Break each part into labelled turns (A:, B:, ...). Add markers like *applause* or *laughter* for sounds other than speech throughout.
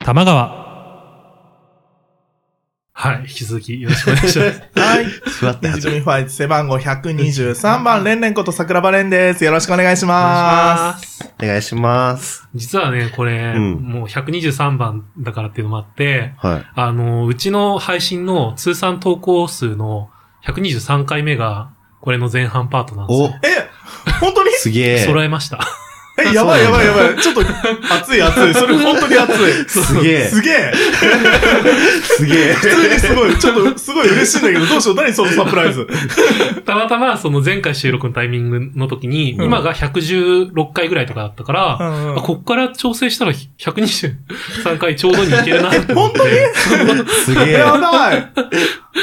A: 玉川。
B: はい、引き続きよろしくお願いします。
C: はい。
D: ふわっ
C: デ
D: て
C: ジ
D: 始
C: 組
D: め
C: ファイツ背番号123番、レンレンこと桜庭レンです。よろしくお願いしま
D: お願いします。
B: 実はね、これ、
D: うん
B: もう123番だからっていうのもあって、
D: はい。
B: あの、うちの配信の通算投稿数の123回目が、これの前半パートなんです
D: *laughs* お
B: よ。
C: す。え、本当に
D: すげえ。
B: 揃えました。
C: え、やばいやばいやばい。ちょっと、熱い熱い。 *laughs* それ本当に熱い。
D: すげえ。
C: *laughs* すげえ。
D: すげえ。
C: 普通にすごい、ちょっと、すごい嬉しいんだけど、どうしよう。何そのサプライズ。
B: *laughs* たまたま、その前回収録のタイミングの時に、
C: うん
B: 今が116回ぐらいとかだったから、
C: うんうん
B: あこっから調整したら123回ちょうどにいけるなって
D: *laughs*
B: 思って。
D: すげえ。
C: *laughs* や
D: や
C: ばい。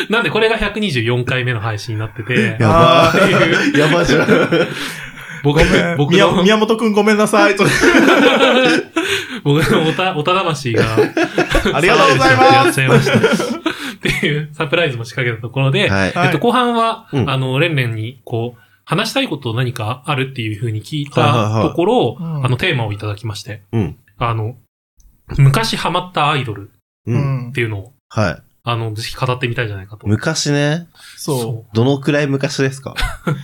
B: なんでこれが124回目の配信になってて、 *laughs*
D: ばい。やばじゃん。
B: 僕の、僕
C: 宮
B: の、
C: 宮本くんごめんなさい。ちょっ
B: 僕のおた、お *laughs* た魂が、
C: とありがとうござい
B: や
C: ま
B: っ
C: す。
B: ちゃいました。 *laughs* っていうサプライズも仕掛けたところで、
D: はい。
C: はい
B: えっと、後半は、
D: うん
B: あの、レンレンに、こう、話したいこと何かあるっていうふうに聞い
D: はいはい
B: た
D: はい
B: ところ、
C: うん
B: あの、テーマをいただきまして、
D: うん。
B: あの、昔ハマったアイドル
D: う。
C: うんん
B: って。いうのを、
D: はい。
B: あの、ぜひ語ってみたいじゃないかと。
D: 昔ね。
C: そ
D: どのくらい昔ですか
C: う。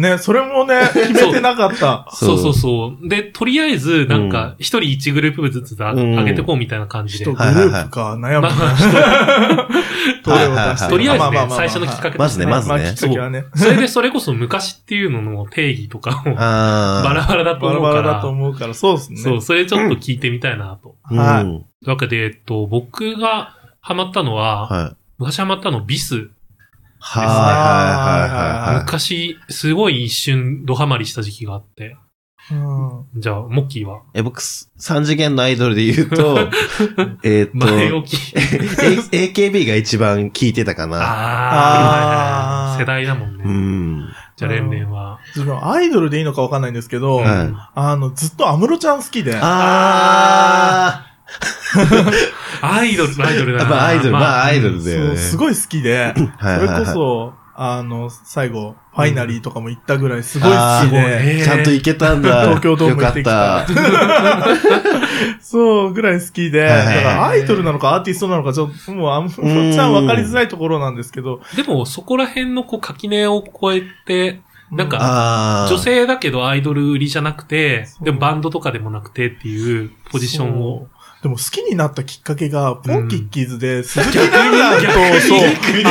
C: ね、 *laughs* それもね、決めてなかった。
B: そうそうそう。で、とりあえず、なんか、一人一グループずつだ、
D: うん
B: 上げてこうみたいな感じで。
C: 人グループか、悩む
B: まあまあ
C: な。どれを出して
B: とりあえず
C: まま
B: ね、
C: ま
B: 最初のきっかけ
D: ま
B: と
D: ず
B: し
D: ね
B: て、
D: まず
C: まあ、きっかけはね。
B: それでそれこそ昔っていうのの定義とかも、バ
D: *laughs* あ
B: ラバラだと
C: バ
B: 思
C: ラ
B: うか
C: バ
B: ら。
C: ラだと思うから、そうですね。
B: そう、それちょっと聞いてみたいなと。
D: あ。
C: はい
D: うん。
B: というわけで、えっと、僕がハマったのは、
D: はい。
B: 昔ハマったのビス。
D: はいはいはいはい。
B: 昔、すごい一瞬ドハマりした時期があって。
C: うん。
B: じゃあ、モッキーは
D: え、僕、三次元のアイドルで言うと、えーっ
B: 前
D: と、
B: 置き。
D: A- AKB が一番聞いてたかな。
B: あ
C: あ
B: あ
C: ー
B: 世代だもんね。
D: うん。
B: じゃあ、レンレンは。
C: 自分、アイドルでいいのかわかんないんですけど、
D: はい
C: あの、ずっと安室ちゃん好きで、
D: あ
B: アイドル、アイドル
D: ー。
B: だ
D: やっ
B: な。
D: ぱアイドル、まあアイドルだよ
C: そう、
D: ね。
C: すごい好きで、
D: は
C: そ
D: いはい
C: れ
D: はい
C: こそ、あの、最後、ファイナリーとかも行ったぐらいすごい好き
B: あーすごいね
C: で、
B: えー
D: ちゃんと行けたんだ。
C: 東京ドーム行って
D: よ
C: きた
D: かった。
C: *laughs* そう、ぐらい好きで、
D: はい
C: だ
D: はい
C: からアイドルなのかアーティストなのか、ちょっと、もう安室ちゃんわかりづらいところなんですけど、
B: でも、そこら辺のこう垣根を越えて、なんか
D: ああ。
B: 女性だけどアイドル売りじゃなくて、
C: そう
B: でもバンドとかでもなくてっていうポジションを。
C: でも好きになったきっかけが、ポンキッキーズで、鈴木奈々と、そう、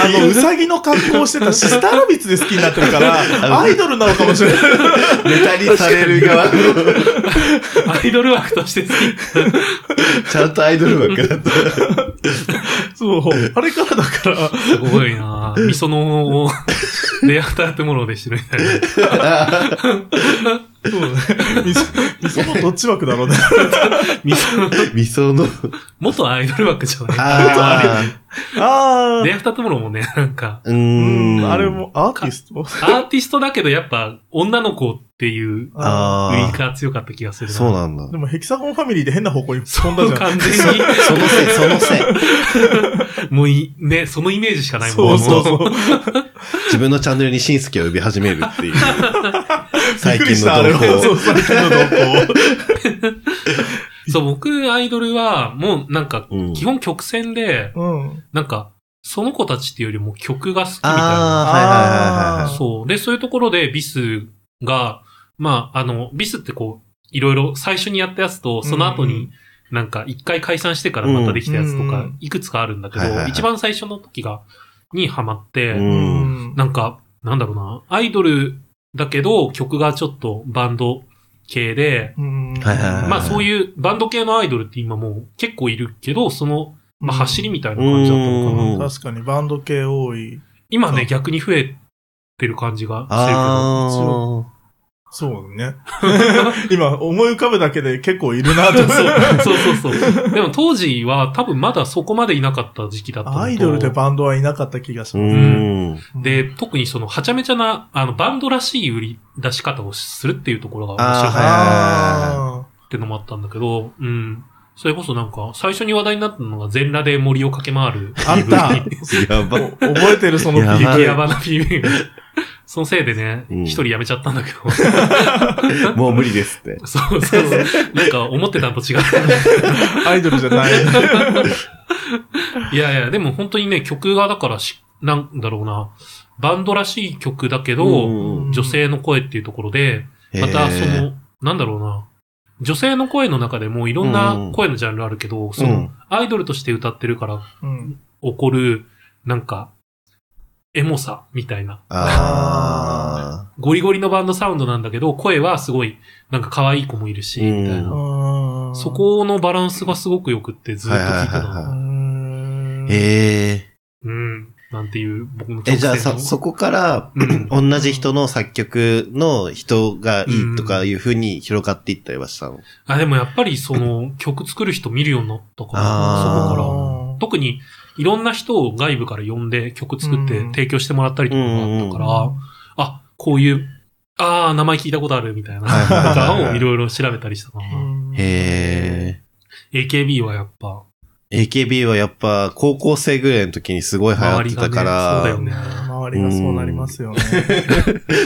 C: あの、うさぎの格好をしてたシスターラビッツで好きになってる *laughs* から、アイドルなのかもしれない。
D: ネタにされる側。
B: アイドル枠として好き。
D: ちゃんとアイドル枠だった。
C: そう、あれからだから、
B: すごい
C: *laughs*
B: なぁ。みそのを、レアターってものでしてるみたいな。
C: そうね。みそ、みそのどっち枠だろうね。
B: みその、
D: *laughs* 味噌の。
B: 元アイドル枠じゃない。
D: ああ。
C: あ
B: レアターってものもね、なんか、
D: う
C: う
D: ー
C: ん、
D: ん。
C: あれ。もアーティスト
B: アーティストだけどやっぱ女の子っていう
D: あ
B: 売
D: あ。
B: りが強かった気がするな。
D: そうなんだ
C: で。もヘキサゴンファミリーで変な方向に飛んだじゃん。
B: 完全に、
D: そのせい、そのせい。
B: もうい、ね、そのイメージしかない
C: そ
B: もん。
C: うそうそう。
D: 自分のチャンネルに新助を呼び始めるっていう。
C: びっ
D: 最
C: くりし
D: 近
C: た、あれ
D: の動
C: は。
D: 向
C: そう、最近の動向。
B: そう、僕、アイドルは、もうなんか、
D: うん
B: 基本曲線で、
C: うん。
B: なんか、その子たちっていうよりも曲が好きみたいな。
D: ああ、はいはいはいはい。
B: そう。で、そういうところで、ビスが、まあ、あの、ビスってこう、いろいろ最初にやったやつと、その後
C: うんう
B: に、なんか、一回解散してからまたできたやつと
C: うんう
B: か
C: ん、
B: いくつかあるんだけど
D: はいはいは、い
B: 一番最初の時が、にハマって、
D: う。
C: うんん。
B: なんか、なんだろうな、アイドルだけど、曲がちょっとバンド系で、
C: うん。
D: はいはいはい
B: まあそういうバンド系のアイドルって今もう結構いるけど、その、まあ走りみたいな感じだったのか
D: うん
B: な。
C: 確かにバンド系多い。
B: 今
C: そ
B: ね、
C: う
B: 逆に増えてる感じがしてるけど。
D: あ
C: そうね。 *laughs* 今、思い浮かぶだけで結構いる
D: *laughs*
C: なと。
B: そうそうそうそう。でも当時は多分まだそこまでいなかった時期だったのと
C: アイドルでバンドはいなかった気がし
D: あ。う
C: ま
D: ん。
C: す。
B: で、特にその、はちゃめちゃな、あの、バンドらしい売り出し方をするっていうところが面白
D: あーはい
B: かっ
C: あ
B: たってのもあったんだけど、うん。それこそなんか、最初に話題になったのが全裸で森を駆け回る。
D: *laughs*
C: あ。あった。
D: やば。
C: 覚えてる、その
D: やばい
B: 激
C: ー
B: ヤバな PV。そのせいでね、一、
D: うん
B: 人辞めちゃったんだけど。 *laughs*
D: もう無理ですって。
B: そうそうそう。なんか思ってたのと違う。
C: アイドルじゃない。
B: いやいや、でも本当にね、曲がだからし、なんだろうな、バンドらしい曲だけど、
D: うん
B: 女性の声っていうところで、またそ
D: へー
B: の、なんだろうな、女性の声の中でもいろん
D: うんう
B: なん声のジャンルあるけど、そうの、
D: ん
B: アイドルとして歌ってるから
C: うん。
B: 起こる、なんか、エモさみたいな。
D: あ
B: ゴリゴリのバンドサウンドなんだけど、声はすごい、なんか可愛い子もいるし、みたいな。
C: うん
B: そ、このバランスがすごく良くってずっと聞いて
D: はいはいはい
B: た。
C: う
D: は
C: ん
D: ー。へえ。
B: うん。なんていう、僕の
D: え、じゃあ
B: 直
D: さ、
B: 線
D: そこから、
B: うん
D: 同じ人の作曲の人がいいとかいう風に広がっていったりはしたの、
B: あ、でもやっぱりそ
D: *laughs*
B: の曲作る人見るようになったから、
D: あー
B: そこから。
C: あ
B: 特にいろんな人を外部から呼んで曲作って
C: うん
B: 提供してもらったりとかがあったから、
C: ー
B: あ、こういう、ああ、名前聞いたことあるみたいな、
D: はいはい
B: と
D: はいはい
B: かをいろいろ調べたりしたか
C: う
B: な。
C: ん
D: へえ。
B: AKB はやっぱ、
D: AKB はやっぱ高校生ぐらいの時にすごい流行ってたから、
B: 周りがね
C: 周りがそうなりますよね。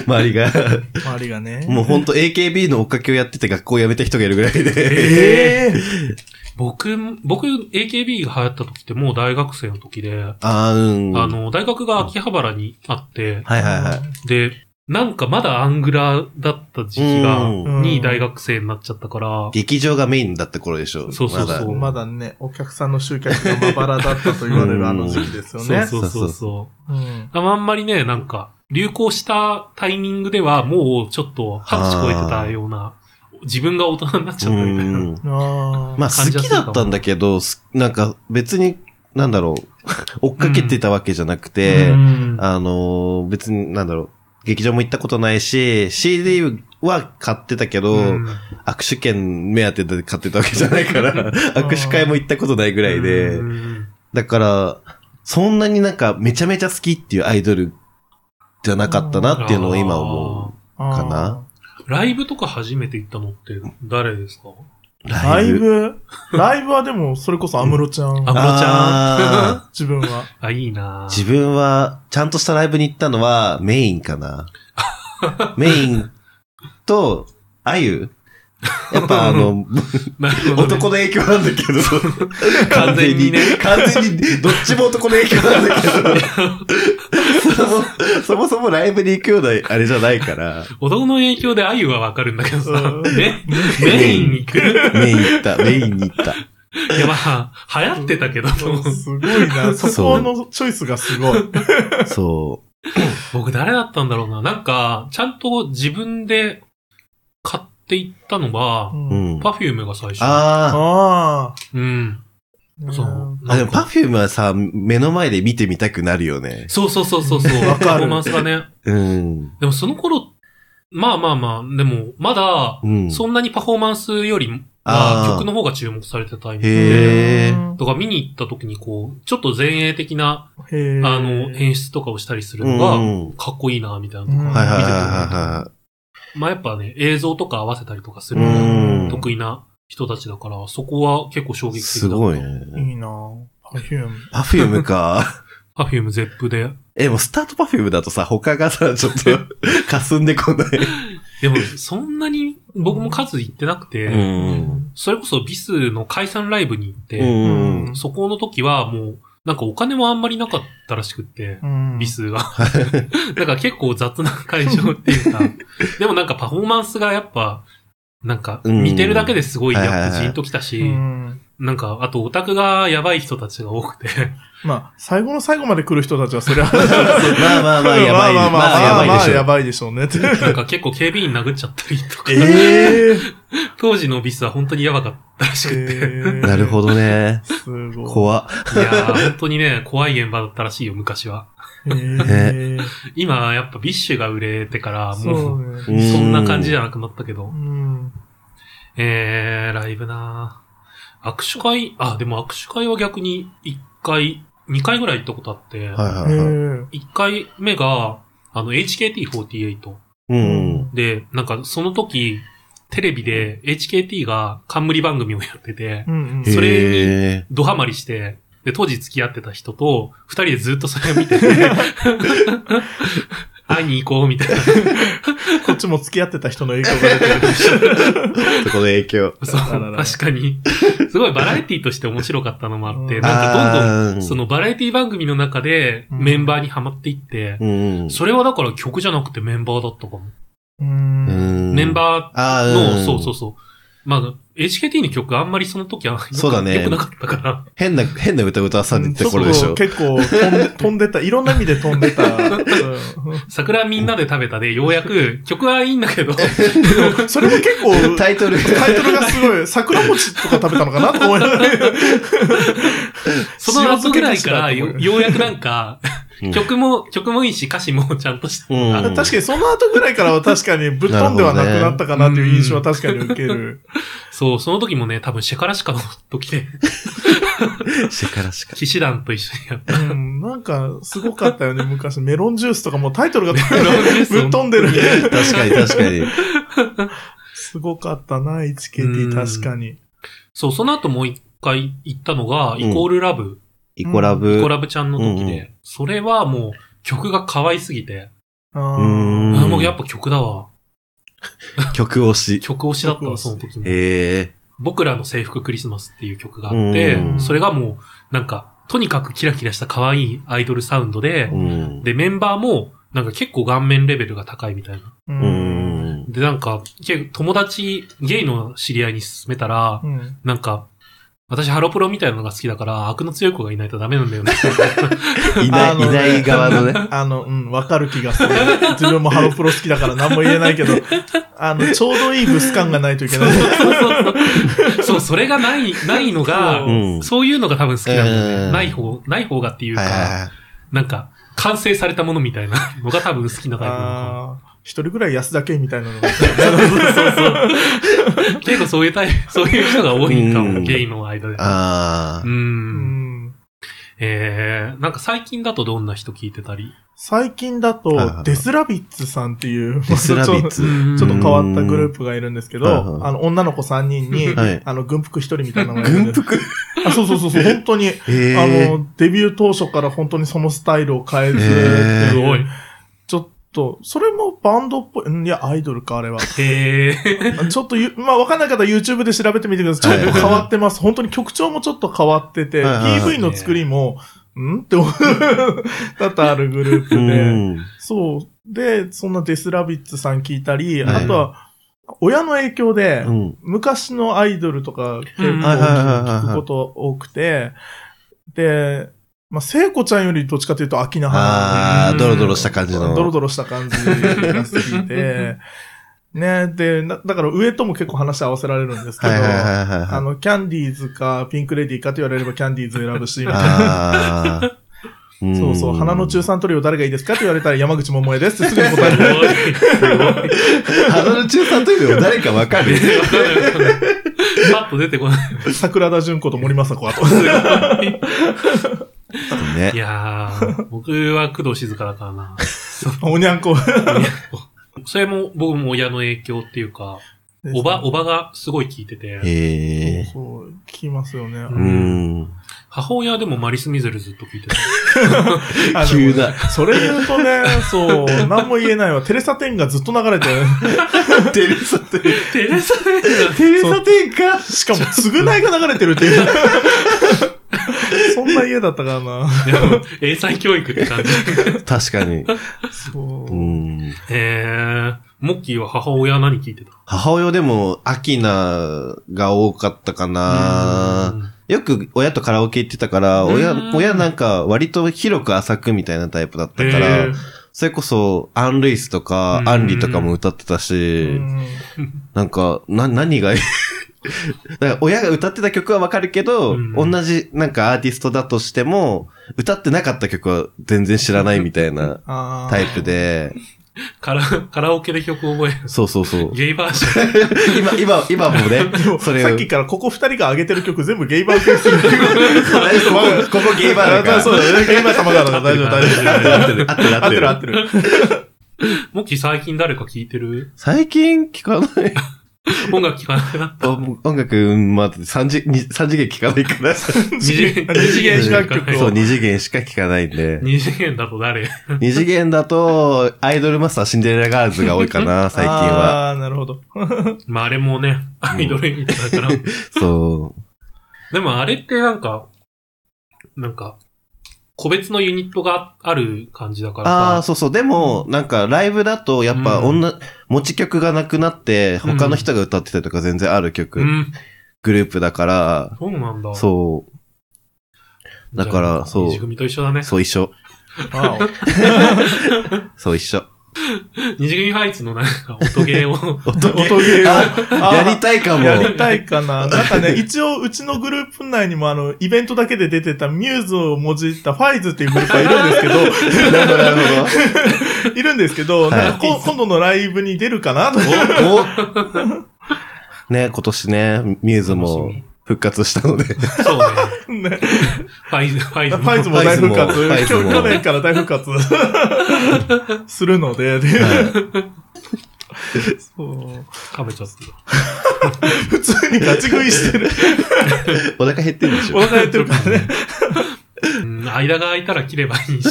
D: 周りが、 *laughs*
C: 周りがね。
D: もうほんと AKB の追っかけをやってて学校辞めた人がいるぐら
B: *laughs*
D: いで。
C: ええ
B: 僕、僕、AKB が流行った時ってもう大学生の時で、
D: あーうん。
B: あ、の、大学が秋葉原にあって、
D: はいはいはい。
B: で、なんかまだアングラーだった時期が、
D: うん
B: に大学生になっちゃったから、
D: 劇場がメインだった頃でしょ。
B: そうそうそう
D: ま
C: まだ
D: だ
C: ね、お客さんの集客がまばらだったと言われるあの時期ですよ
B: そう
C: ね。
B: そうそう
D: そう
B: そう。
C: うん
B: ああんまりね、なんか、流行したタイミングでは、もうちょっと拍手超えてたような、自分が大人になっちゃったみたいな。
D: うん
C: あー
D: まあ好きだったんだけど、すなんか別に、なんだろう、追っかけてたわけじゃなくて、
B: うん
D: あのー別になんだろう、劇場も行ったことないし、CD は買ってたけど、
B: うん
D: 握手券目当てで買ってたわけじゃない
C: *laughs*
D: から、握手会も行ったことないぐらいで、
B: うん
D: だから、そんなになんかめちゃめちゃ好きっていうアイドルじゃなかったなっていうのを今思かな
B: ライブとか初めて行ったのって誰ですか
D: う。
C: あーライブ、ライブはでも、それこそ安室ちゃん
B: あ。ムロちゃん
D: あー
C: 自分は。
B: あ、いいなぁ
D: 自分は、ちゃんとしたライブに行ったのは、メイン
C: *laughs*
D: かな。メインと、あゆやっぱあ
C: *laughs*
D: の、 *laughs*
B: なるほどね
D: 男の影響なんだけど、完全
B: *laughs* 完全に
D: に、
B: ね
D: 完全に、どっちも男の影響なんだ
B: *laughs*
D: けど、そもそもそもライブに行くようなあれじゃないから、
B: 男の影響であゆはわかるんだけどさ
C: う、ん
B: ね、メインに来る。
D: メイン行った、メインに行った。
B: いや、まあ、流行ってたけど、
C: すごい
D: *laughs*
C: な。そこのチョイスがすごい。
D: そ
B: 僕誰だったんだろうな。なんか、ちゃんと自分で買っていったのが、
D: う。うん。
B: パフュームが最初。
D: あ
C: あ
B: うん。
C: あ。
B: そう。
D: あ。あ、で
B: なん
D: もパ
B: か
D: フュームはさ、目の前で見てみたくなるよね。
B: そうそうそうそうそう。
C: わかる
B: パフォーマンスがね。
D: うん。
B: でもその頃、まあまあまあ、でも、まだ、
D: うん。
B: そんなにパフォーマンスよりも、
D: あー
B: 曲の方が注目されてたイメージで。
D: へー。
B: とか見に行った時にこう、ちょっと前衛的な、
C: へー
B: あの、演出とかをしたりするの
D: う
B: が、
D: ん
B: かっこいいな、みたいなと
C: うん
B: か。
D: はいはいはい
B: 見てても
D: は
B: まあやっぱね、映像とか合わせたりとかする
D: い
B: のが
D: はい。
B: 得意な人たちだから、そこは結構衝撃
D: うん。
B: 的だ
D: すごい
B: ね。
D: ね。
C: いいなぁ。パフューム。
D: パフュームか。 *laughs*
B: パフューム、ゼップで。
D: え、もうスタートパフュームだとさ、他がさ、ちょっと、 *laughs* 霞んでこない。
B: で
D: *laughs*
B: も、そんなに僕も数行ってなくて、
D: うん。
B: それこそビスの解散ライブに行って、
D: うん。
B: そこの時はもう、なんかお金もあんまりなかったらしくって、
C: うん
B: ビ。
D: *laughs*
B: スが。だから結構雑な会場っていう
D: *laughs*
B: か、でもなんかパフォーマンスがやっぱ、なんか
D: うん
B: 見てるだけですごい
D: はいはい
B: やっ
D: は
B: ぱ
D: い
B: ジーンときたし、
C: うん
B: なんかあとオタクがやばい人たちが多くて、
C: まあ、最後の最後まで来る人たちは、それは、
D: まあ *laughs* まあまあ、やばい。
C: まあまあまあ
D: まあ、や
C: ま
D: ば
C: あ
D: いでし
C: や
D: ょ。
C: ばいでしょうねって。
B: なんか結構警備員殴っちゃったりとか、
C: ええ *laughs*
B: 当時のビスは本当にやばかったらしくて、
D: なるほ
C: ど。
D: どね。
C: すごい。
D: 怖っ。
B: いやー本当にね、怖い現場だったらしいよ、昔は。
C: えー
B: 今、やっぱビッシュが売れてから、
C: そ
B: もう、
C: う
D: う
C: ね。
B: そんな感じじゃなくなったけど
C: う。ん。
B: えー、ライブなぁ握手会、あ、でも握手会は逆に1回、2回ぐらい行ったことあって、
D: は
C: え
D: いはいはい。
C: ー
B: 1回目が、あの、HKT48。
D: うん。
B: で、なんかその時、テレビで HKT が冠番組をやってて、
C: うんうん
B: それに
D: へ
B: ドハマりして、
C: *laughs*
B: で、当時付き合ってた人と、二人でずっとそれを見てて、会いに行こう、みたいな。
C: こっちも付き合ってた人の影響が出てる。
D: そこの影響。
B: そう、
C: *laughs* あらら
B: 確かに。すごいバラエティとして面白かったのもあっ
C: う
B: て、
C: ん
B: なんかどん
D: あ
B: ど
D: ー
B: ん、そのバラエティ番組の中で
C: うん
B: メンバーにハマっていって、
D: うんうん。
B: それはだから曲じゃなくてメンバーだったかも。
C: うー。
D: うんん
B: メンバ
D: あ
B: ー
D: ー
B: の、
D: ん
B: そうそうそう。まあ、HKT の曲あんまりその時は
D: そうだね
B: 良くなかったから。
D: 変な、変な歌歌わされて
C: ちょ
D: た
C: っと
D: 頃でしょ。
C: 結構飛ん飛んでた、いろんな意味で飛んでた。う
B: 桜みんなで食べたで、ようやく、曲はいいんだ
D: *laughs*
B: けど、
C: んそれも結構、
D: タイトル。
C: タイトルがすごい、桜餅とか食べたのかなと思いながら。
B: その後ぐらいから
C: 塩漬けかしらと思う
B: よ、ようやくなんか
D: うん、
B: 曲も、曲もいいし、歌詞もちゃんとした。
D: うん
B: あ
C: 確かにその後ぐらいからは確かにぶっ飛んではなくなったかなという印象は確かに受ける。
B: そう、その時もね、多分シェカラシカの時
D: *laughs*
B: で、
D: シェカラシカ。
B: 騎士団と一緒にやっ。
C: うん、なんか、すごかったよね、昔。メロンジュースとかもうタイト *laughs* ルがぶった
D: *laughs*
C: 飛ん飛んでる。
D: 確かに確かに。
C: すごかったな、HKT、確かに。
B: そう、その後もう一回行ったのが、
D: ん
B: イコールラブ、
D: イコラ
B: イ
D: ブ
B: コ。ラブちゃんの時
D: うんう
B: で、それはもう曲が可愛すぎて、
C: あ
D: う
C: ー
B: あもうんやっぱ曲だわ。
D: 曲推し。
B: 曲推しだった
C: 曲
B: わ、
C: 推し
B: その時も。
D: へえ。
B: 僕らの制服クリスマスっていう曲があって
D: う、ん
B: それがもう、なんか、とにかくキラキラした可愛いアイドルサウンドで
D: う、ん。
B: で、メンバーも、なんか結構顔面レベルが高いみたいな。
C: う。
D: うんん。
B: で、なんか、結構友達、ゲイの知り合いに勧めたら、
C: うん
B: なんか、私ハロプロみたいなのが好きだから、悪の強い子がいないとダメなん
D: *laughs*
B: だよね。
D: い
C: あ
D: ない、
C: の
D: いない側のね。
C: あの、うん、わかる気がする。自分もハロプロ好きだから何も言えないけど、あの、ちょうどいいブス感がないといけない。
B: そうそうそう。そう、それがない、ないのが
C: う、
D: ん。
B: そういうのが多分好きなんだよ
D: うん
B: ね。ない方、ない方がっていう
D: はいはい
B: か、
D: はい
B: なんか、完成されたものみたいな *laughs* のが多分好きなタイプなのか
C: あー一人ぐらい安だけみたいなのが。
B: な。結構そういうタイプ、 *laughs* そういう人が多いか
D: う
B: も、
D: ん
B: ゲイの間で。
D: あ
B: う。
D: あ。
C: うんん
B: えー、なんか最近だとどんな人聞いてたり
C: 最近だ
D: はいはいは
C: と
D: い、
C: デスラビッツさんっていう、
D: デスラビ
C: *laughs*
D: ッ
C: ち
D: ツ。
C: ょっと変わったグループがいるんですけ
D: はいは
C: ど、
D: い
C: あの、女の子3人に、
D: はい
C: あの、軍服1人みたいなのがいるんです。軍服あ、そうそうそうそう、本当に、
D: へえ。
C: あの、デビュー当初から本当にそのスタイルを変えず、
D: へー
B: すごい。
C: ちょっと、それもバンドっぽい、んいや、アイドルか、あ
D: *laughs*
C: れは。
B: へー。
C: ちょっとゆ、まあ、わかんない方は YouTube で調べてみてください。ちょっと変わってます。本当に曲調もちょっと変わってて、
D: はいはいはい
C: PV の作りも、んって
D: *laughs*
C: 思う、多々あるグループ
D: う
C: で。
D: ん。
C: そう。で、そんなデスラビッツさん聞いたり、
D: はい
C: あとは、親の影響で、
D: うん。
C: 昔のアイドルとか結構
B: うんはい
D: はいはいはいはい
C: 聞くこと多くて、で、まあ、聖子ちゃんよりどっちかというと秋名花
D: あ
B: う
D: あ、
B: ん
D: ドロドロした感じの。
C: ドロドロした感じが好
B: *laughs*
C: きで、ね、で、なだから上とも結構話合わせられるんですけど、
D: はいはいはいはい
C: あ
D: はい。
C: の、キャンディーズかピンクレディーかと言われればキャンディーズ選ぶし、みたいな
D: ああ。
C: そうそう、花の中3トリオ誰がいいですかと言われたら山口百恵ですってすぐに答え
B: す
D: *laughs*
C: る。
B: ごい。すごい。
D: 花の中3というよりも誰かわか
B: わか
D: る。
B: ん *laughs* ないわかんないパッと出てこない。
C: 桜田淳子と森政子はと。 *laughs*
B: すごい。
D: ね
B: い。やー、僕は工藤静香だからな。
C: おにゃんこ。
B: それも僕も親の影響っていうか、おば、おばがすごい聞いてて、
D: へえ。
C: そう、聞きますよね。
D: うーん。
B: 母親でもマリス・ミゼルずっと聞いてた。
C: あ
D: 急
C: で
D: だ。
C: もそれ言うとね、そう、なんも言えないわ。テレサテンがずっと流れてる。
D: テレサテン。
B: *laughs* テレサ・ミゼル
D: *laughs* テレサテンか。
C: しかも、償いが流れてるっていう。そんな家だったからな。
B: でも英才教育って感じ。
D: 確かに。う
C: そう。
D: ーん。
B: えー、モッキーは母親何聞いてた
D: 母親でも、アキナが多かったかな。よく親とカラオケ行ってたから、親
B: う、ん
D: 親なんか割と広く浅くみたいなタイプだった
B: うん
D: か
B: えー
D: ら、それこそ、アン・ルイスとか
B: う、ん
D: アンリとかも歌ってたし、
C: うん
D: なんか、な、何がいい *laughs* だから親が歌ってた曲はわかるけど、
B: うん
D: 同じなんかアーティストだとしても、歌ってなかった曲は全然知らないみたいな
C: あー
D: タイプで、
B: カラ、カラオケで曲を覚える。
D: そうそうそう。
B: ゲイバージョン。
D: 今、今、今も
C: で
D: ね
C: も、
D: それ
C: さっ
D: を、
C: きからここ二人が上げてる曲全部ゲイバー系するっていう。
D: ここ、ここゲイバーだから。
C: そうだね。ゲイバー様だから大丈夫、大丈夫。
D: 合ってる、合ってる、
C: 合
D: 合
C: っ
D: ってて
C: る、
D: る。
C: 合ってる。
B: モッキー最近誰か聞いてる
D: 最近聞かない。
B: 音楽聴かなくなっ
D: 音音楽、うんまあ、3次、に三次元聞かないから。そ
B: た。二次元、
C: 二次元楽曲
D: う、2次元しか聞かないんで。
B: 二次元だと誰 *laughs*
D: 2次元だと、アイドルマスターシンデレラガールズが多いか
C: *laughs*
D: な、最近
C: あ
D: は。
C: あ、なる
D: *laughs*
C: ほど。
B: まああれもね、アイドルみたいだから。
D: そう。
B: でもあれってなんか、なんか、個別のユニットがある感じだから
D: ああ、
B: さ。
D: そうそう。でも、なんか、ライブだと、やっぱ、
B: うん
D: 女、持ち曲がなくなって、
B: うん
D: 他の人が歌ってたりとか全然ある曲、
B: うん。
D: グループだから、
B: そうなんだ。
D: そだから
B: じゃあ
D: そう
B: 二次組と一緒だね
D: う、。そう一緒。
C: あ
D: そう一緒。
B: 二次組ファイツのなんか音ゲー
D: *laughs*
B: を。
C: *laughs* 音ゲー
D: あやりたいかも。
C: やりたいかな。なんかね、一応、うちのグループ内にも、あの、イベントだけで出てたミューズをもじったファイズっていうグループがい
D: *laughs*
C: るんですけど、
D: なるほど、なるほ
C: いるんですけど、なんかこ今度のライブに出るかなと。
D: ど。おね、今年ね、ミューズも
B: 楽しみ
D: 復活したので。
B: そうね。
C: ね
B: ファイズ、ファイズ
C: フ
B: の。
C: ァイズも大復活。
D: ファイズも
C: 去去年から大復活
D: *laughs*
C: するので、でそう
B: 食べちゃった。
C: 普通に立ち食いしてる。
D: *laughs* お腹減ってるでし
C: お
D: ょ。
C: 腹減ってるからね。
B: うん、間が空いたら切ればいい
D: *laughs*
B: し。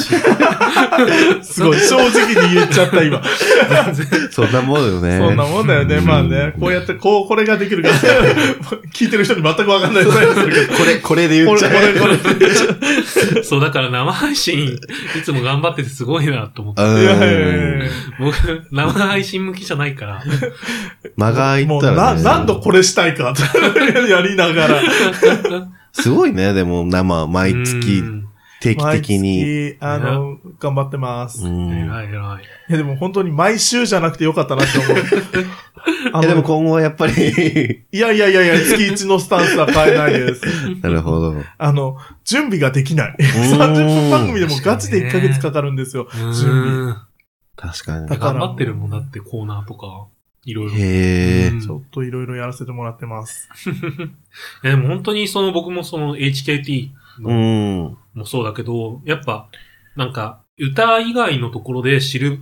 C: すごい、正直に言っちゃった、
D: *laughs*
C: 今。
D: そんなもんよね。
C: *laughs* そんなもんだよね。
D: うん
C: まあね、こうやって、こう、これができるから、 *laughs* 聞いてる人に全くわかんない。これ、これ、
D: これ、これで言っちゃう。
C: これ、これ。
B: そう、だから生配信、いつも頑張っててすごいなと思って。
D: うん
C: いやいやいやい
B: 僕、生配信向きじゃないから。
D: 間が空
C: や
D: い
C: もう、
D: たら、
C: な、
D: ね。
C: 何度これしたいか、 *laughs* やりながら。
D: すごいね、でも生、毎月
B: う、ん
D: 定期的に。
C: 毎月。あの、頑張ってます。
D: う
C: い
D: ん
B: 偉い偉い。
C: や、でも本当に毎週じゃなくてよかったなって思
D: *laughs*
C: う。あの、
D: えでも今後はやっぱり
C: いやいやいやいや、月一のスタンスは変えないです。
D: なるほど。
C: *laughs* あの、準備ができない。30分番組でもガチで1ヶ月かかるんですよ。準備。
B: うん
D: 確かに
C: だ。から
B: 頑張ってるもんだってコーナーとか、いろいろ。
D: へえ
B: う。ん
C: ちょっといろいろやらせてもらってます。
B: いやでも本当にその僕もその HKT
D: うん。
B: もそうだけど、やっぱ、なんか、歌以外のところで知る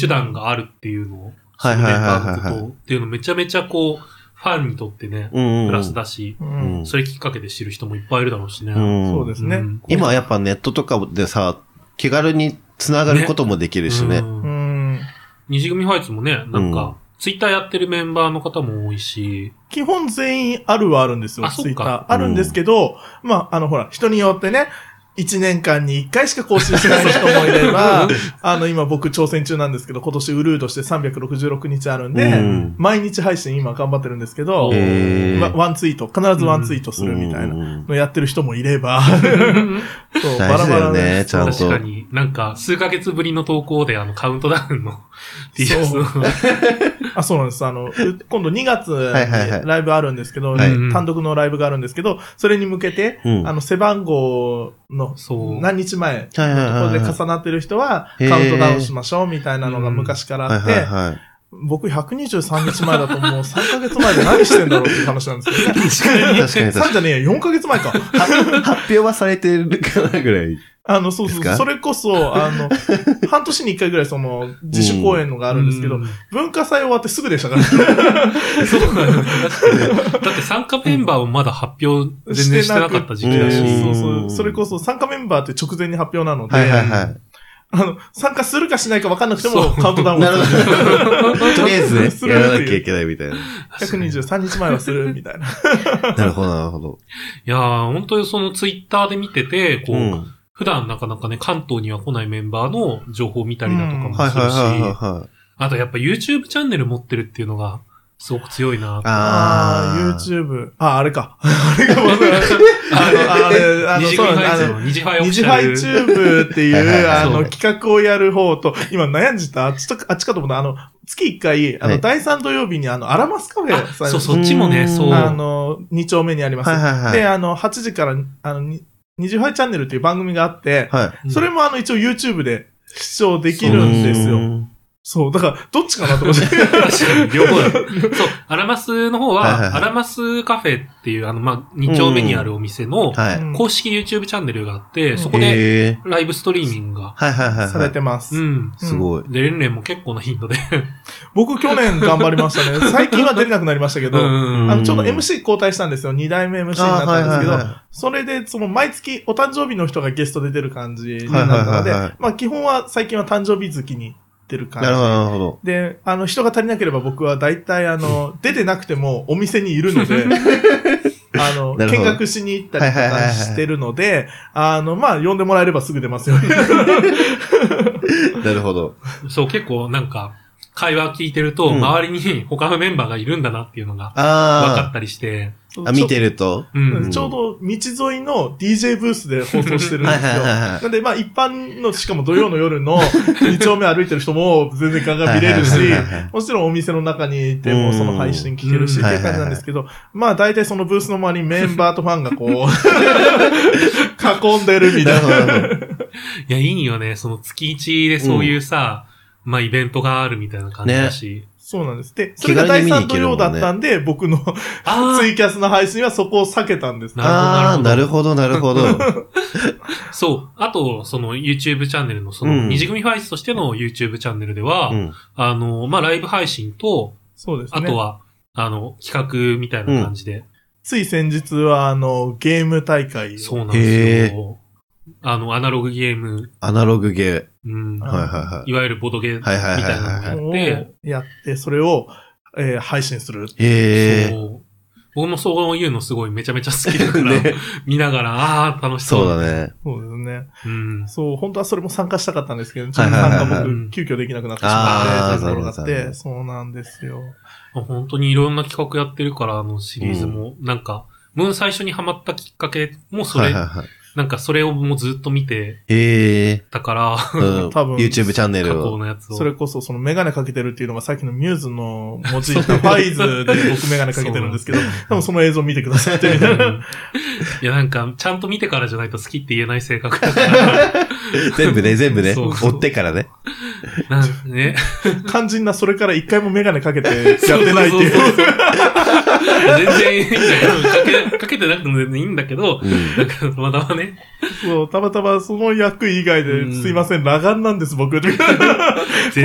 B: 手段があるっていうのを、
D: はいはいはいはい
B: メンバーの
D: はい。
B: ことっていうのめちゃめちゃこう、ファンにとってね、
D: うん
B: プ
D: う
B: ラス
D: ん。
B: だし、
C: うん。
D: うん
B: それきっかけで知る人もいっぱいいるだろうしね。
D: うん
C: そうですね。
B: うん
D: 今やっぱネットとかでさ、気軽に繋がることもできるし
B: う
D: ね。
B: ん
C: うん。
B: 虹組ファイツもね、なん
D: うん
B: か、ツイッターやってるメンバーの方も多い
C: *laughs*
B: し、
C: 基本全員あるはあるんですよ、
B: あそっか
C: ツイッター。あるんですけど、まあ、あの、ほら、人によってね、1年間に1回しか更新してない人もいれ *laughs* ば、あの、今僕挑戦中なんですけど、今年ウルードして366日あるんで、
D: うん
C: 毎日配信今頑張ってるんですけど、
D: へー
C: わワンツイート、必ずワンツイートするみたいな
D: うん
C: のやってる人もいれ
D: *laughs*
C: ば、そう
D: 大事だよね
C: です
D: ちゃんと
B: 確かに、なんか、数ヶ月ぶりの投稿で、あの、カウントダウン
D: *laughs*
B: の T シャツの。
C: あ、そうなんです。あの、う今度2月
D: いはいはい
C: にライブあるんですけど、
D: はい
C: 単独のライブがあるんですけど、それに向けて、
D: うん
C: あの、背番号の
B: そう
C: 何日前、
D: はいはい
C: こ
D: はい
C: れで
D: はい。
C: 重なってる人は
D: へー
C: カウントダウンしましょうみたいなのが昔から
D: はい
C: あっ
D: はい
C: て、
D: はい。
C: 僕123日前だともう3ヶ月前で何してんだろうっていう話なん
D: *laughs*
C: ですけどね。
D: 確かに確
C: *laughs*
D: か
C: 3じゃねえや、4ヶ月前か。
D: に。は発表はされてるかなぐらい。
C: あの、そうそ
D: で
C: う
D: すか
C: それこそ、あの、半年に1回ぐらいその、自主公演のがあるんですけど、
B: う
C: 文化祭終わってすぐでしたから。
B: そうなの。確かにだって参加メンバーもまだ発表全然してなかった時期だし。
D: してなくて
C: そううんそう。それこそ参加メンバーって直前に発表なので、
D: はいはいはい。
C: あの、参加するかしないか分かんなくて
B: そ
C: も
B: う
C: カウントダウンを
D: なる
C: する。
D: ほど。とりあえず
C: そ
D: ね、
C: れ
D: や
C: は
D: らなきゃいけないみたいな。
C: 123日前はするみたいな。
D: なるほど、なるほど。
B: いやー、本当にそのツイッターで見てて、こう、
D: うん。
B: 普段なかなかね、関東には来ないメンバーの情報を見たりだとかも
D: はい
B: す
D: はい
B: る
D: はいはい
B: し、
D: はい。
B: あとやっぱ YouTube チャンネル持ってるっていうのが、すごく強いなと
C: あ
D: あ
C: ー、
D: ー。
C: YouTube。あ、あれか。あれか、まだあの、あれ、あの、
B: 二次
C: そ
B: 組
C: う
B: ファ
C: な
B: イ
C: ん
B: ツ
C: だ。
B: の二次ファイオフ
C: 二
B: ィシ
C: 次
B: ャ
C: 配
B: ル。
C: チューブってい
D: はいはいは
C: う、
D: い
C: あ
B: そう
C: の、企画をやる方と、今悩んじた、あっちと、あっちかと思った、あの、月一回、あ
D: は
C: の、
D: い
C: 第3土曜日に、あの、アラマスカフェ
B: あ
C: を
B: そう、そっちもね、そう。
C: あの、2丁目にあります。
D: はいはい
C: で、
D: はい。
C: あの、8時から、あの、に二次配チャンネルっていう番組があって、
D: はい。
B: うん
C: それもあの、一応 YouTube で視聴できるんですよ。
D: よ。
C: そう、だから、どっちかなと思っ
D: *laughs*
C: て。
B: *laughs* 確かに、両方だ。そう、アラマスの方は、
D: はいはいはい
B: アラマスカフェっていう、あの、まあ、2丁目にあるお店の、
D: はい。
C: うん
B: 公式 YouTube チャンネルがあって、
C: うん
B: そこで
D: へえ。
B: ライブストリーミングが。
D: はいはいはい
C: さ
D: は
C: れ
D: い。
C: てます
B: う。ん。
D: すごい。
B: で、レンレンも結構な頻度で。
C: 僕去年頑張りました
D: *laughs*
C: ね。最近は出れなくなりましたけど、あ
B: ん
C: の、ちょうど MC 交代したんですよ。二代目 MC になったんですけど、それで、その、毎月お誕生日の人がゲストで出る感じになったので
D: はいはいはいはい、
C: まあ基本は最近は誕生日月に出る感
D: なるほ
C: じ。
D: ど、なるほど。
C: で、あの、人が足りなければ僕は大体、あ
D: *laughs*
C: の、出てなくてもお店にいるので、あの、
D: なるほど
C: 見学しに行ったりと
D: はいはいはい
C: か
D: はい
C: してるので、あの、まあ、呼んでもらえればすぐ出ますよ。
D: なるほど。
B: そう、結構なんか、会話聞いてると、
D: うん
B: 周りに他のメンバーがいるんだなっていうのが分かっ
D: あ
B: たりして、
D: *laughs* あ。あ、見てると。
B: う
C: うん
B: ん。
C: ちょうど道沿いの DJ ブースで放送してるんで
D: *laughs* はい
C: す
D: はい
C: よ。
D: はいはい。
C: なんで、まあ一般の、しかも土曜の夜
D: *laughs*
C: の2丁目歩いてる人も全然顔が見れるし
D: はいはいはいはい、
C: もちろんお店の中にいてもその配信聞けるし、
B: う
C: っ
B: ん
C: ていう感じなんですけど、まあ大体そのブースの
D: *laughs*
C: 周りにメンバーとファンがこう、囲んでるみ
D: な
C: た
D: る
C: いな。
D: ほどなるほど。
B: いや、いいよね。その月1でそういうさ、まあ、イベントがあるみたいな感じだし。
C: そうなんです。で、それが
D: 気軽
C: 第
D: に見に
C: 3
D: 行
C: 土
D: ける
C: 曜
D: もんね
C: だったんで、僕の
B: あ
C: ツイキャスの配信はそこを避けたんですけど。
D: ああ、なるほど、なるほど。
B: あ、そう。あと、その YouTube チャンネルの、その、
D: うん
B: 二次組ファイスとしての YouTube チャンネルでは、
D: うん
B: あの、まあ、ライブ配信と、
C: そうですね。
B: あとは、あの、企画みたいな感じで、
C: つい先日は、あの、ゲーム大会を
B: そうなんですよ。あの、アナログゲーム、
D: アナログゲー。
B: うん、
C: あ
D: はいはい
B: い
D: は
B: わゆるボドゲみた
D: はいいはいはいはい
B: なの
C: を
B: をやって、
C: やって、それを、えー配信する。
D: い。へえ。
B: そう僕もそういうのすごいめちゃめちゃ好きだから、
D: *laughs* ね
B: 見ながら、ああー、楽しそう。
D: そうだね。
C: そうですね。
B: うん。
C: そう、本当はそれも参加したかったんですけど、ちょっと
D: はい
C: 参
D: はいは
C: 加
D: いはい
C: 僕、急遽できなくなってしまって、
D: あー
C: というところがあっ
D: なるほ
C: て、
D: ど
C: そうなんですよ。
B: 本当にいろんな企画やってるから、あのシリーズも、なんか、僕最初にハマったきっかけもそ
D: は
B: れ、
D: いはいはい。
B: なんかそれをもうずっと見て
D: へえ。
B: たから、過
D: うん
C: 多分
D: YouTube チャンネル
B: 去
D: を。
B: のやつを。
C: それこそ、そのメガネかけてるっていうのがさっきのミューズの用いたファイズで僕メガネかけてるんですけど、多分その映像見てくださってみたいな。
B: いや、なんか、ちゃんと見てからじゃないと好きって言えない性格だから。
D: 全部ね、全部ね。
B: そう
D: 追ってからね。
B: なんね。
C: 肝心なそれから一回もメガネかけてやってないって
B: そ
C: いう
B: そうそ
C: う。
B: う全然いいんだけど、かけ、かけてなくても全然いいんだけど、
D: うん
B: なんか、たまたまね、
C: そう、たまたまその役以外
B: う
C: で、
B: ん
C: すいません、裸眼なんです僕。コ
B: 全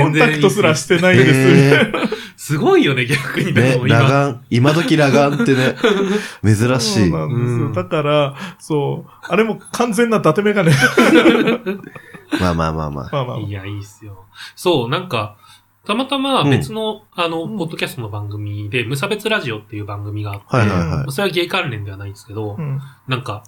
C: ン
B: 然
C: タ
B: い
C: ク
B: い
C: トすらしてないんです。
D: へ
B: すごいよね、逆に
D: え。
B: で
D: ね、
B: も
D: ラ
B: 今。
D: ガン。今時ラガンってね。珍しい
C: そう。なんですよ。
B: うん
C: だから、そう、あれも完全な伊達メガネ。
D: まあまあまあまあ。
C: まあまあ、
B: いや、いいっすよ。そう、なんか、たまたま別の、あの、
C: うん
B: ポッドキャストの番組で、無差別ラジオっていう番組があって、
D: はいはいはい。
B: それはゲイ関連ではないんですけど、
C: うん。
B: なんか、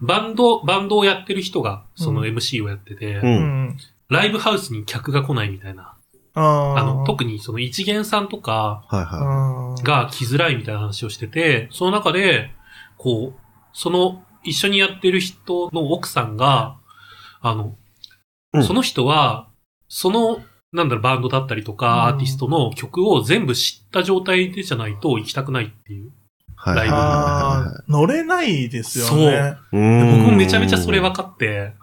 B: バンド、バンドをやってる人が、その
C: うん
B: MC をやってて、
D: う。
C: うんん。
B: ライブハウスに客が来ないみたいな。
C: ああ
B: あの、特にその一元さんとか
D: はいは
C: あー
B: が来づらいみたいな話をしてて、その中で、こう、その一緒にやってる人の奥さんが、あの、
D: うん
B: その人は、その、なんだろう、バンドだったりとか、
C: うん
B: アーティストの曲を全部知った状態でじゃないと行きたくないっていう。
D: い。はいはいはいはい
C: あー乗れないですよね。
D: 僕
B: 僕もめちゃめちゃそれ分かって、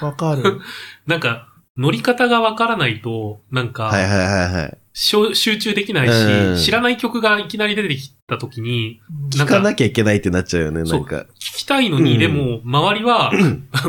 C: わかる。
B: なんか、乗り方が分からないと、なんか、
D: はいはいはいはい。
B: しょ集中できないし、
D: うん
B: 知らない曲がいきなり出てきた時に、な
D: 聞
B: ん
D: か
B: か、
D: なきゃいけないってなっちゃうよね、
B: そ
D: な
B: うん
D: か。
B: 聞きたいのに、
D: うん
B: でも、周り
D: *clears throat*
B: は、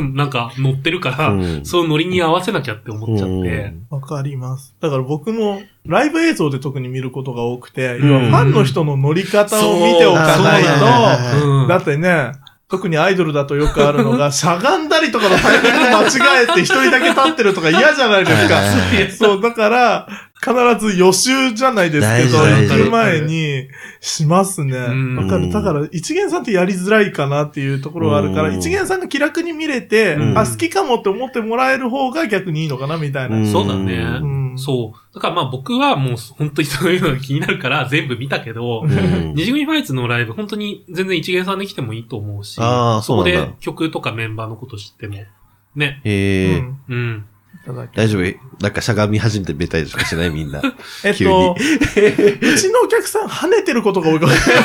B: なんか乗ってるから、
D: うん
B: そのノリに合わせなきゃって思っちゃって、
C: わかります。だから僕も、ライブ映像で特に見ることが多くて、
D: うん
C: 要はファンの人の乗り方を見ておかない
D: そうあー
C: と、
D: う
B: うん
C: だってね、特にアイドルだとよくあるのが、しゃがんだりとかのタイミング間違えて一人だけ立ってるとか嫌じゃないですか。そう、だから、必ず予習じゃないですけど、
D: 大
B: 事
C: 行く前にしますね。
B: うん
C: わかる。だから、一元さんってやりづらいかなっていうところがあるから、
D: うん
C: 一元さんが気楽に見れて、
B: うん
C: あ、好きかもって思ってもらえる方が逆にいいのかな、みたいな。
D: うん
B: そうだね、
C: うん
B: そう。だからまあ僕はもう本当にそういうのが気になるから全部見たけど
C: う、
D: うん
B: 二次組ファイツのライブ本当に全然一元さんで来てもいいと思うし、
D: あー
B: そこ
D: そうなん
B: で
D: だ
B: 曲とかメンバーのこと知っても、ね、
D: へえ。
C: ん
B: うん。
C: ただき
D: 大丈夫なんかしゃがみ始めてベタりとかしないみんな。
C: えっ *laughs* と、うちのお客さん跳ねてることが多いかもしれない。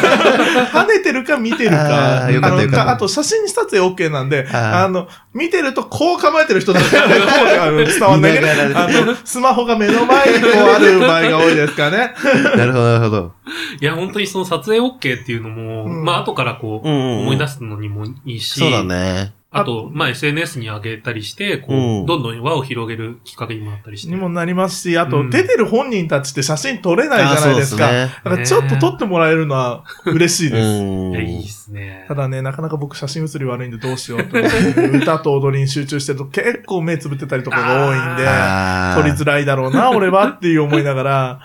C: *laughs* 跳ねてるか見てるか。
D: あーよかった
C: あの
D: よかった
C: あと写真撮影 OK なんで、
D: あー
C: あの、見てるとこう構えてる人だから、こうがあの伝わん
D: *laughs*
C: ないけど、
D: 見ながら
C: あの、スマホが目の前にこうある場合が多いですからね。
D: なるほど、なるほど。
B: いや、本当にその撮影 OK っていうのも、
C: うん
B: まあ、後からこう、
D: うんうんうん
B: 思い出すのにもいいし、
D: そうだね。
B: あと、まあ、SNS に上げたりして、こう、
D: うん
B: どんどん輪を広げるきっかけにもなったりして。
C: にもなりますし、あ
B: う
C: と
B: ん
C: 出てる本人たちって写真撮れない
D: あー
C: じゃないですか。
D: そうですね
C: だからちょっと撮ってもらえるのは嬉しいです。
B: いや、いい
D: うん
B: で。すね
C: た。だね、なかなか僕写真写り悪いんでどうしようと思って、歌と踊りに集中してると結構目つぶってたりとかが多いんで、
D: あ
C: 撮り
D: ー
C: づらいだろう
D: *laughs*
C: な、俺はっていう思いながら、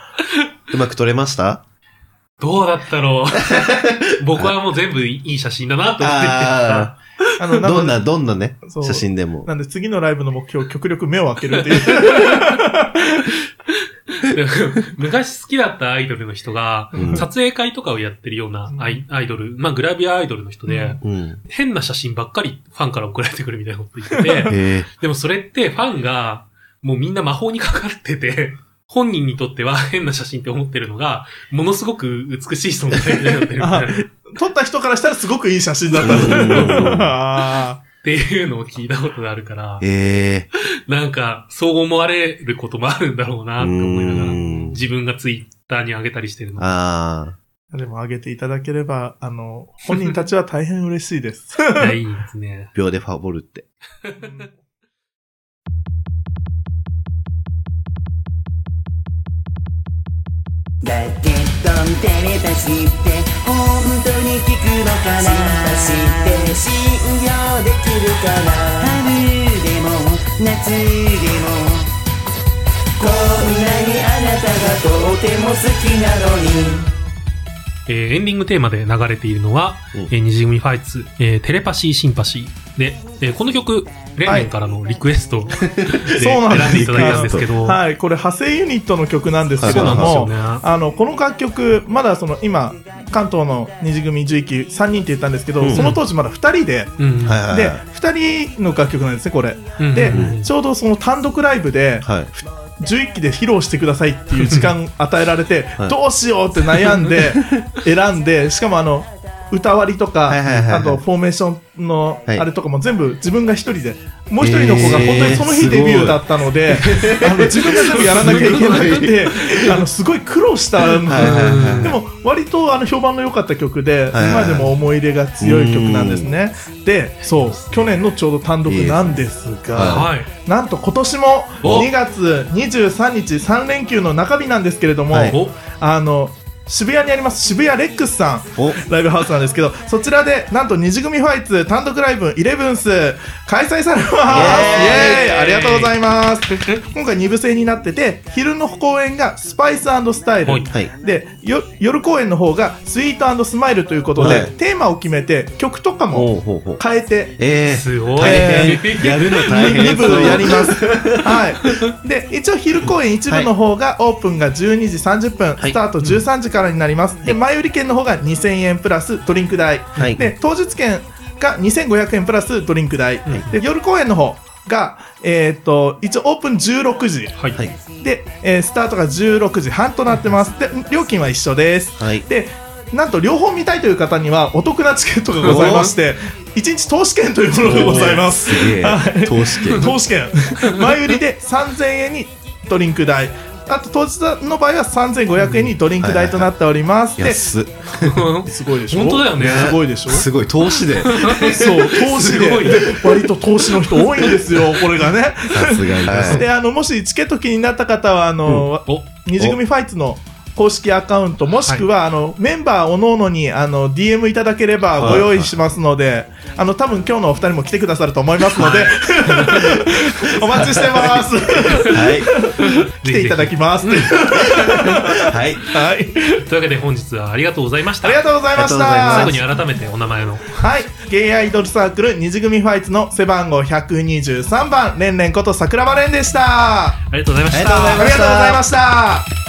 D: うまく撮れました
B: どうだったろ
C: *laughs*
B: う。僕はもう全部いい写真だなと思って
D: あ
C: あの、
D: ーどん
C: な
D: な、
C: んで
D: どんなね
C: そ、う
D: 写真でも。
C: なんで次のライブの目標、極力目を開けるって
D: *laughs*
C: いう。
B: *laughs* 昔好きだったアイドルの人が、
D: うん
B: 撮影会とかをやってるようなアイアイドル、まあグラビアアイドルの人で、
C: うん
B: *laughs*
D: うん。
B: 変な写真ばっかりファンから送られてくるみたいなこと言ってて、
D: へえ。
B: でもそれってファンがもうみんな魔法にかかってて、 *laughs* 本人にとっては変な写真って思ってるのが、ものすごく美しい存在になってるみたいなっ
C: 撮った人からしたらすごくいい写真だっ
D: うん
C: た。あ
B: ていうのを聞いたことがあるから、
D: へえ。
B: なんかそう思われることもあるんだろうなって思いながら、
D: うん
B: 自分がツイッターに上げたりしてるの。
D: あ
C: ーでも上げていただければ、あの、本人たちは大変嬉しい
D: *laughs*
C: です。
B: いやいいですね。
D: ー、秒でファボルって。
A: だけど照れ出して本当に聞くのかな心配して信用できるかな春でも夏でもこんなにあなたがとても好きなのに
B: えーエンディングテーマで流れているのは、
D: うん
B: えー二次組ファイツ、えーテレパシーシンパシー。で、えーこの曲、レンレンからのリクエストで
C: そうな
B: 選ん
C: んです
B: でいただいたんですけど、
C: はい、これ派生ユニットの曲なんですけれ
B: そうなん
C: ど
B: ですよ
C: も
B: ね、。
C: あの、この楽曲、まだその今、関東の二次組11期3人って言ったんですけど、
D: うん
C: その当時まだ2人で、
B: うん
D: はいはいはい。
C: で、2人の楽曲なんですね、これ。
B: うん
C: で
B: うん、
C: ちょうどその単独ライブで、
D: はい。
C: 11期で披露してくださいっていう時間与えられて、
D: *laughs* はい
C: どうしようって悩ん
D: *laughs*
C: で、選んで、しかもあの、歌割りとか、
D: はいはいはいはい
C: あとフォーメーションのあ
D: はい
C: れとかも全部自分が一人で、もう一人の子が本当にその日デビューだったので、 *laughs* あの自分が全部やらなきゃいけなくて、 *laughs* あのすごい苦労したんで
D: はいはいはい
C: でも割とあの評判の良かった曲で、
D: はいはい
C: 今でも思い入れが強い曲なんですね。で、そう、去年のちょうど単独なんですが、
B: はい。
C: なんと今年も
B: お
C: 2月23日3連休の中日なんですけれども、
D: はい
B: お、
C: あの渋谷にあります渋谷レックスさん
D: お、
C: ライブハウスなんですけどそちらでなんと二次組ファイツ単独ライブイレブンス開催さ
B: エー
C: れますイ
B: イ
C: エーイありがとうございます今回2部制になってて昼の公演がスパイススタイル、
B: はい
D: はい。
C: でよ夜公演の方がスイートスマイルということで、
D: はい
C: テーマを決めて曲とか
D: おう
C: も
D: ほうほう。
C: 変えて
D: えー、
B: すごい。
D: 大変。やるの大
C: *laughs*
D: 変
C: 2部やります。はい。で、一応昼公演一部の方がオープンが12時30分、
D: はい
C: スタート13時からになります。で、前売り券の方が2000円プラスドリンク代。
D: はい
C: で、当日券が2500円プラスドリンク代。で、夜公演の方が、えーっと、一応オープン16時。
B: はい。
D: はい。
C: で、えースタートが16時半となってます。で、料金は一緒です。
D: はい。
C: でなんと両方見たいという方にはお得なチケットがございまして1日投資券というものがございます
D: おーすげえ
C: はい
D: 投
C: *laughs*
D: 資券
C: 投資券前売りで3000円にドリンク代あと当日の場合は3500円にドリンク代となっております、で
D: 安っ
C: すごいでしょ
B: 本当だよね
C: すごいでしょ
D: すごい、投資で。
C: そう投資です
B: ごいね
C: 割と投資の人多いんですよこれがね
D: さすがに。
C: であのもしチケット気になった方はあの、
B: お、
C: 二次組ファイツの公式アカウントもしくは、あのメンバーおのおのにあの DM いただければ
D: はい
C: ご用意しますので、あの多分今日のお二人も来てくださると思いますので *laughs* お待ちしてます
D: はい。
C: 来ていただきますって
D: はい。
C: はい
B: というわけで本日はありがとうございました。
C: ありがとうございまし
B: 最
D: あ
C: た
B: 後に改めてお名前の。
C: はいゲイアイドルサークル二次組ファイツの背番号123番レンレンこと桜庭レンでしたあ
B: ありがとうございまし
D: ありがとうございました
C: りがとうございました